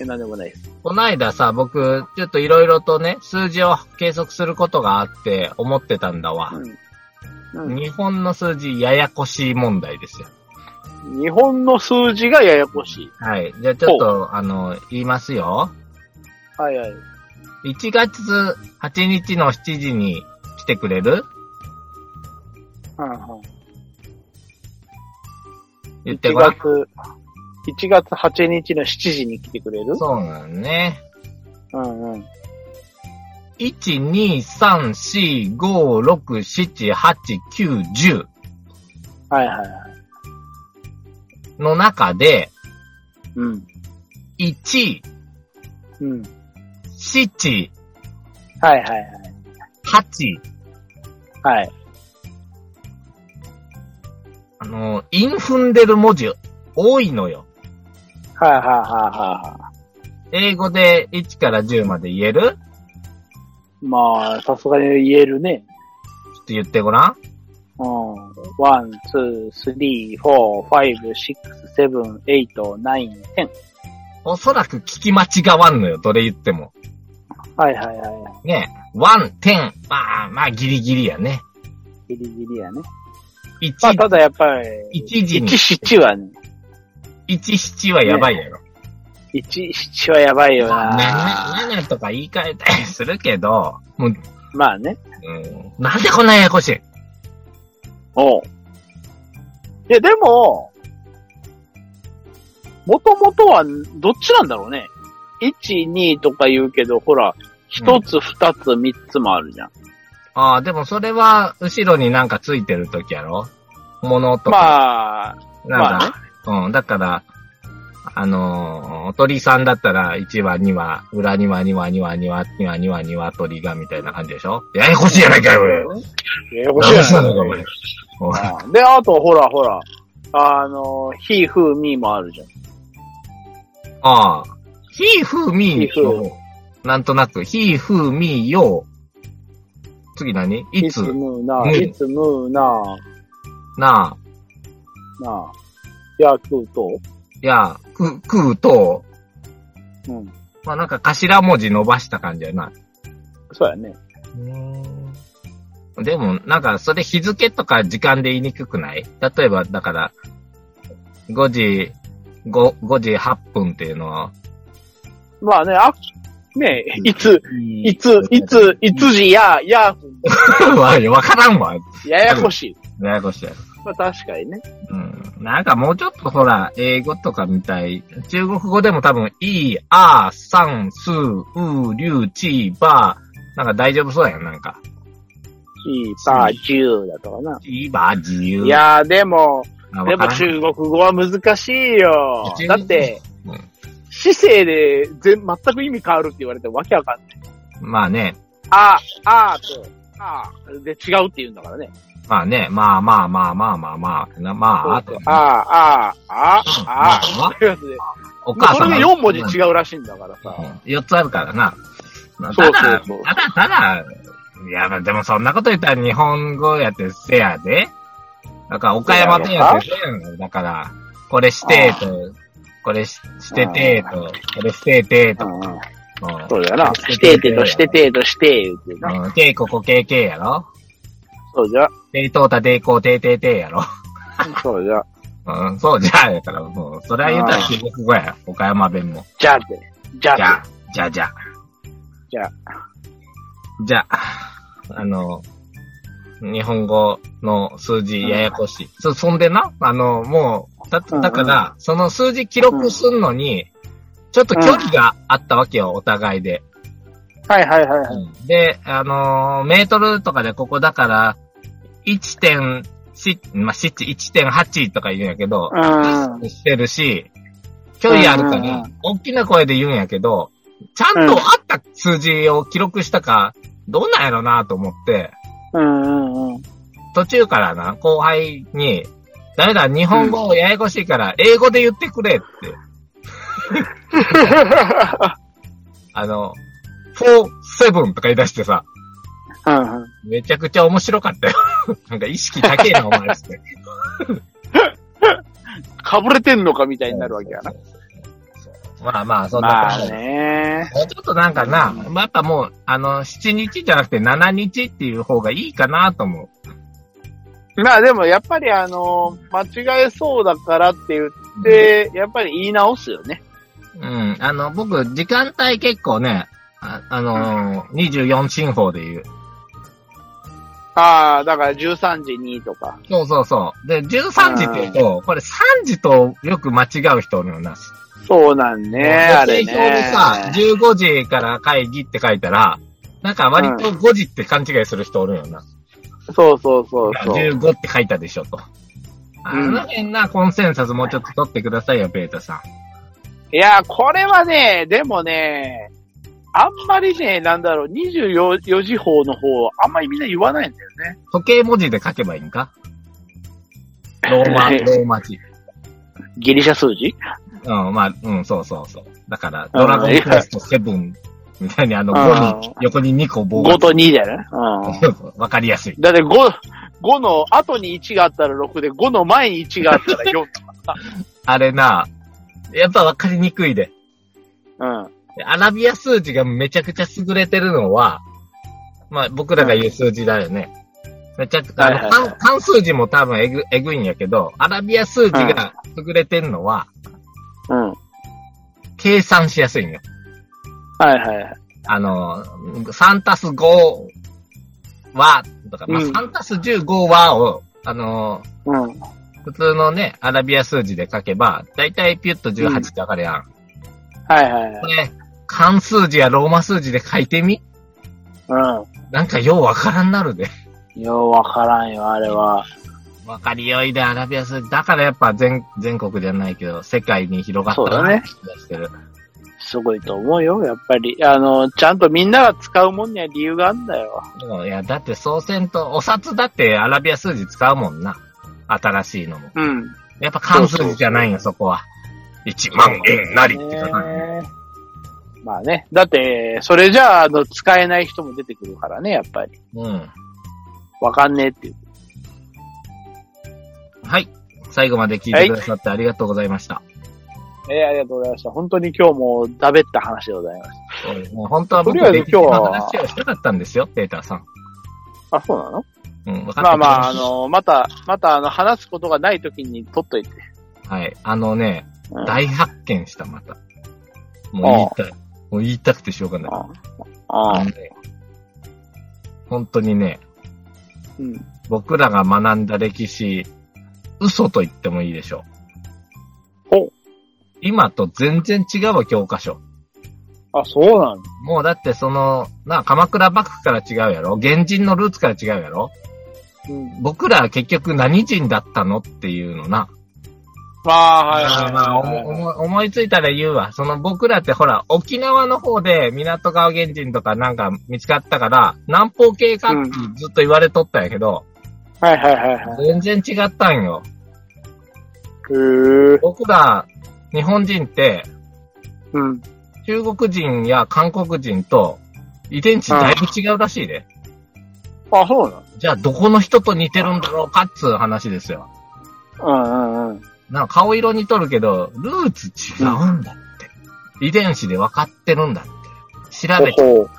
S2: え、なんでもないです。
S1: この間さ、僕、ちょっといろいろとね、数字を計測することがあって思ってたんだわ。
S2: うんうん
S1: 日本の数字、ややこしい問題ですよ。
S2: 日本の数字がややこしい。
S1: はい。じゃあちょっと、あの、言いますよ。
S2: はいはい。
S1: 1月8日の7時に来てくれる
S2: うんうん
S1: 言って
S2: 1
S1: ごらん。
S2: 月、1月8日の7時に来てくれる
S1: そうなんね。
S2: うんうん。
S1: 1、2、3、4、5、6、7、8、9、10
S2: はいはいはい。
S1: の中で、
S2: うん。
S1: 1、
S2: うん。
S1: 7、
S2: はいはいはい。
S1: 8、
S2: はい。
S1: あの、イン踏んでる文字多いのよ。
S2: はいはいはいはいは
S1: 英語で1から10まで言えるちょ
S2: い。まあ、さすがに言えるね。
S1: っと言ってごらん。
S2: うん。1、2、3、4、5、6、7、8、9、10。
S1: おそらく聞き間違わんのよ、どれ言っても。
S2: はいはいは
S1: ね。1、10、まあ、まあ、ギリギリやね。
S2: い。ギリギリやね。
S1: 1、
S2: まあ、ただやっぱり、
S1: 1時に、
S2: 17はね、
S1: 1、7はやばいやろ。
S2: 17はやばいよ
S1: まあ、
S2: な。
S1: 7とか言い換えたりするけど、もう、
S2: まあね。
S1: うん、なんでこんなややこしい
S2: おう。いや、でも、もともとは、どっちなんだろうね。1、2とか言うけど、ほら、1つ、2つ、3つもあるじゃん。
S1: ああ、でもそれは、後ろになんかついてるときやろ物とか。
S2: まあ、
S1: なん
S2: まあ
S1: か、うん、だから、あのーお鳥さんだったら、1話、2話、裏2話、2話、2話、2話、2話、2話、2話、鳥がみたいな感じでしょややこしいやないかよ、俺。
S2: ややこしい
S1: な
S2: なん
S1: でなのか、俺。おい
S2: うんで、あと、ほら、ほら、あの、ひ、ふ、みもあるじゃん。
S1: ああ。ひーふーみー
S2: he, who
S1: よ。なんとなく、ひーふーみーよ。次何いつ
S2: むな
S1: う、ん
S2: いつむな、
S1: なあ、
S2: な、やくと、
S1: や、く、くうと、
S2: うん。
S1: まあなんか頭文字伸ばした感じやな。
S2: そうやね。
S1: うーんでも、なんか、それ日付とか時間で言いにくくない例えば、だから、5時、5, 5時8分っていうのは、
S2: まあね、あ、ね
S1: う、ん
S2: いつ、いつ、い つ、いつ時や、や、
S1: わ、わからんわ。
S2: ややこしい。
S1: ややこしい。
S2: まあ確かにね。
S1: うん。なんかもうちょっとほら、英語とかみたい。中国語でも多分、い、あ、さん、す、う、りゅう、ち、ば、なんか大丈夫そうやん、なんか。
S2: キーパー10だとかな。
S1: いいば、自由。
S2: いやーでも、
S1: あ、
S2: で
S1: わから
S2: も
S1: ん
S2: 中国語は難しいよ
S1: 中。
S2: だ
S1: 国
S2: って
S1: うん、
S2: 姿勢で全全く意味変わるって言われてもわけわかんない。
S1: まあね、
S2: あ、あと、あで違うって言うんだからね。
S1: まあね、まあまあまあまあまあまあ、なまあ、あと、
S2: あ、あ、あ、あ、
S1: うんまあ
S2: あ、というわけで
S1: お母
S2: そ
S1: さん
S2: れ
S1: が。
S2: で4文字違うらしいんだからさ。
S1: うん4つあるからな。まあ
S2: そう
S1: ただ、
S2: そうそう
S1: ただ、ただ、いや、まあでもそんなこと言ったら日本語やってせやで。だから、岡山弁やってせやん。だから、これしてと、これししててと、これしててと。
S2: うん
S1: うん
S2: そうだよな。しててとしててとして言うてな。
S1: うん。て、ここ、けいけいやろ。
S2: そうじ ゃ。
S1: ていとうた、ていこう、ていていていやろ。
S2: そうじゃ。
S1: うん、そうじゃあ、やから、もう、それは言うたら中国語や。岡山弁も。
S2: じゃあって。じゃ
S1: じ
S2: あ
S1: ゃ
S2: って。
S1: あ、じゃあじゃあ。
S2: じゃあ。
S1: じゃあ、あの、日本語の数字ややこしい。そ、そんでな、あの、もう、だ、だから、その数字記録すんのに、ちょっと距離があったわけよ、お互いで。
S2: はいはいはいはい。
S1: で、あのーメートルとかでここだから、1.7、まあ、7 1.8とか言うんやけど、
S2: うん。
S1: してるし、距離あるか
S2: うんうんう
S1: ら、大きな声で言うんやけど、ちゃんとあった数字を記録したか、どうなんやろなと思って、
S2: うんうんうん。
S1: 途中からな、後輩に、誰だ、日本語ややこしいから、英語で言ってくれって、あの、47とか言い出してさ、
S2: うんうん
S1: めちゃくちゃ面白かったよ。 なんか意識高 えな、お前っつって。
S2: かぶれてんのかみたいになるわけやな。
S1: まあまあ、そんな
S2: ま
S1: 感
S2: あ
S1: じ。
S2: ね。
S1: もうちょっとなんかな、まあやっぱもう、あの、7日じゃなくて7日っていう方がいいかなと思
S2: まあでもやっぱりあの、間違えそうだからって言って、やっぱり言い直すよね。
S1: う。うん。あの、僕、時間帯結構ね、あ、あのー24進法で言う。
S2: ああ、だから13時にとか。
S1: そうそうそう。で、13時って言うと、これ3時とよく間違う人おるよな。
S2: そうなんね、あれね。
S1: 表でさ、15時から会議って書いたら、なんか割と5時って勘違いする人おるよな。
S2: そうそうそうそう。
S1: 15って書いたでしょ、と。あの辺な、コンセンサスもうちょっと取ってくださいよ、ペータさん。
S2: いや、これはね、でもね、あんまりね、なんだろう、24時法の方、あんまりみんな言わないんだよね。
S1: 時計文字で書けばいいんかロー マ、ローマ字。
S2: ギリシャ数字
S1: うん、まあ、うん、そうそうそう。だから、ドラゴンクエスト7みたいにあの5に、横に2個棒が
S2: ?5 と2だよね。うん。
S1: わかりやすい。
S2: だって5、5の後に1があったら6で、5の前に1があったら4。
S1: あれな、やっぱわかりにくいで。
S2: うん。
S1: アラビア数字がめちゃくちゃ優れてるのは、まあ僕らが言う数字だよね。めちゃくちゃ、あ
S2: はいは
S1: の、
S2: いはい
S1: 関関数字も多分えぐえぐいんやけど、アラビア数字が優れてるのは、
S2: うん。はい
S1: 計算しやすいんよ。
S2: はいはい。
S1: あの、3たす5は、とか、まあ、
S2: うん
S1: 3たす15はを、あの、
S2: うん。
S1: 普通のね、アラビア数字で書けば、だいたいピュッと18ってわかるやん。
S2: はいはいはい
S1: こ。れ、漢数字やローマ数字で書いてみなんかようわからんなるで。
S2: うん。ようわからんよ、あれは。
S1: わかりよいで、アラビア数字。だからやっぱ全、全国じゃないけど、世界に広がった
S2: そうだね
S1: なって気がしてる。
S2: すごいと思うよ、やっぱり。あの、ちゃんとみんなが使うもんには理由があるんだよ。
S1: でもいや、だって総選と、お札だってアラビア数字使うもんな。新しいのも。
S2: うん。
S1: やっぱ関数字じゃないんよ、そこは。1万円なりって書かない。
S2: ねまあね。だって、それじゃあ、あの、使えない人も出てくるからね、やっぱり。
S1: うん。
S2: わかんねえっていう。
S1: はい。最後まで聞いてくださってありがとうございました。
S2: えーありがとうございました。本当に今日もだべった話でございました。
S1: もう本当は僕
S2: とりあえ
S1: 歴
S2: ず
S1: 史の
S2: 今日は
S1: 話をしたかったんですよ、ペーターさん。
S2: あ、そうなの
S1: うん、分かった。
S2: まあまあ、あの、また、また、あの、話すことがない時に取っといて。
S1: はい。あのね、
S2: うん
S1: 大発見した、また。もう言いたい。もう言いたくてしょうがない。
S2: ああ
S1: あのね本当にね、
S2: うん。
S1: 僕らが学んだ歴史、嘘と言ってもいいでしょう。
S2: ほう
S1: 今と全然違うわ教科書。
S2: あ、そうなの
S1: もうだってその、な、鎌倉幕府から違うやろ原人のルーツから違うやろ
S2: うん。
S1: 僕らは結局何人だったのっていうのな。
S2: まあ、はい
S1: ま
S2: は
S1: あ
S2: い
S1: まあ、
S2: はい
S1: おも思いついたら言うわ。その僕らってほら、沖縄の方で港川原人とかなんか見つかったから、南方系かってずっと言われとったんやけど、
S2: はいはいはいはい。
S1: 全然違ったんよ。
S2: へー
S1: 僕ら、日本人って、
S2: うん。
S1: 中国人や韓国人と遺伝子だいぶ違うらしいで。
S2: あ、そうな
S1: じゃあどこの人と似てるんだろうかっつう話ですよ。
S2: のうんうんうん。
S1: なんか顔色似とるけど、ルーツ違うんだって。遺伝子で分かってるんだって。調べて。
S2: ほほ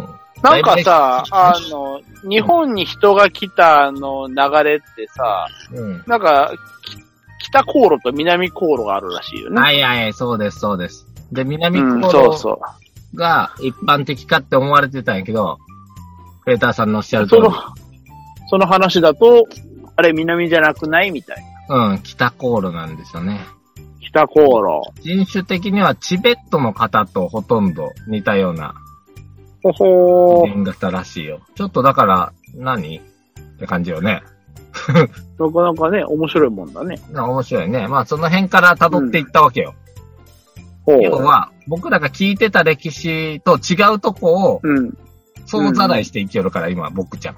S1: うん
S2: なんかさ、
S1: だ
S2: あ
S1: いぶ
S2: の、日本に人が来たあの流れってさ、
S1: うん。
S2: なんか、き北航路と南航路があるらしいよね。
S1: はいはい、そうです、そうです。で、南
S2: う
S1: 九
S2: ん、そう
S1: 郎
S2: そう。
S1: が一般的かって思われてたんやけど、クレーターさんのおっしゃる通
S2: そ
S1: り
S2: の、、その話だと、あれ南じゃなくないみたいな。
S1: うん、北航路なんですよね。
S2: 北航路。
S1: 人種的にはチベットの方とほとんど似たような
S2: ほほ
S1: 遺伝型らしいよ。ちょっとだから何、って感じよね。
S2: ー。なかなかね、面白いもんだね。
S1: な面白いね。まあその辺から辿っていったわけよ。
S2: ほ
S1: 要
S2: う。
S1: は、僕らが聞いてた歴史と違うとこを
S2: うん。
S1: 総ざらいしていけるから、今、僕ちゃん。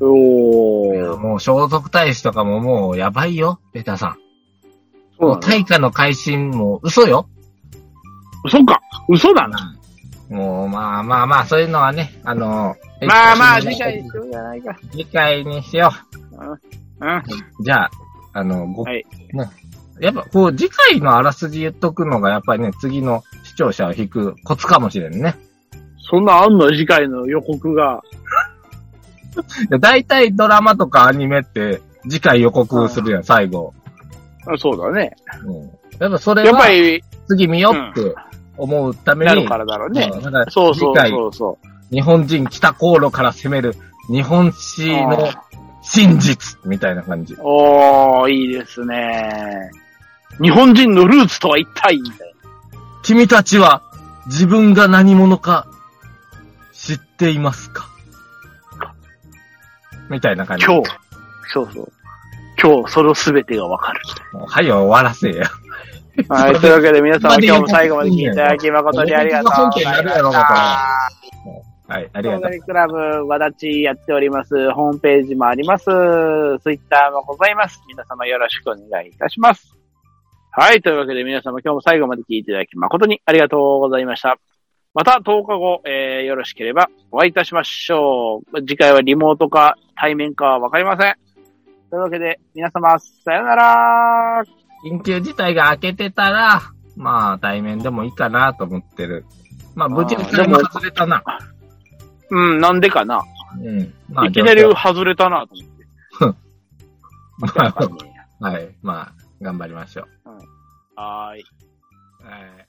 S2: おー。
S1: もう聖徳太子とかももうやばいよ、ベタさん。
S2: そう
S1: も
S2: だ
S1: う
S2: ね
S1: 大化の改新も嘘よ。
S2: 嘘か嘘だな。
S1: もうまあまあまあ、そういうのはね、あの、
S2: まあまあ、次回しようじゃないか。
S1: 次回にしよう。
S2: うん。
S1: じゃあ、あの、ご、
S2: はい
S1: ね。やっぱ、こう、次回のあらすじ言っとくのが、やっぱりね、次の視聴者を引くコツかもしれんね。
S2: そんなあんの次回の予告が。
S1: で大体ドラマとかアニメって、次回予告するやん、最後。
S2: あそうだね。
S1: うん。やっぱそれ
S2: やっぱ
S1: は、
S2: り、
S1: 次見よって思うために、
S2: なるからだろうね
S1: うんだから
S2: そうそう
S1: 次回
S2: そうそ
S1: 日本人北航路から攻める、日本史の真実、みたいな感じ
S2: う。。おー、いいですね。日本人のルーツとは一体みたい
S1: 君たちは、自分が何者か、知っていますかみたいな感
S2: な。
S1: じ。
S2: 今日。そうそう。今日、その全てがわかる。
S1: もうはい、終わらせよ。
S2: はい、というわけで皆様今日も最後まで聞いていただき誠にありがとうございました。
S1: はい、あり
S2: ソ
S1: が
S2: ー
S1: と
S2: ダ
S1: う。
S2: リクラブ、わだちやっております。ホームページもあります。ツイッターもございます。皆様よろしくお願いいたします。はい、というわけで皆様今日も最後まで聞いていただき誠にありがとうございました。また10日後、えー、よろしければお会いいたしましょう。次回はリモートか対面かはわかりません。というわけで皆様さよなら
S1: 緊急事態が明けてたら、まあ、対面でもいいかなと思ってる。まあ、無事にそれも外れたな。
S2: うん、なんでかな。
S1: うん。まあ、
S2: いきなり外れたなと思って。
S1: 状 況はい、まあ、頑張りましょう。
S2: はーい。
S1: はい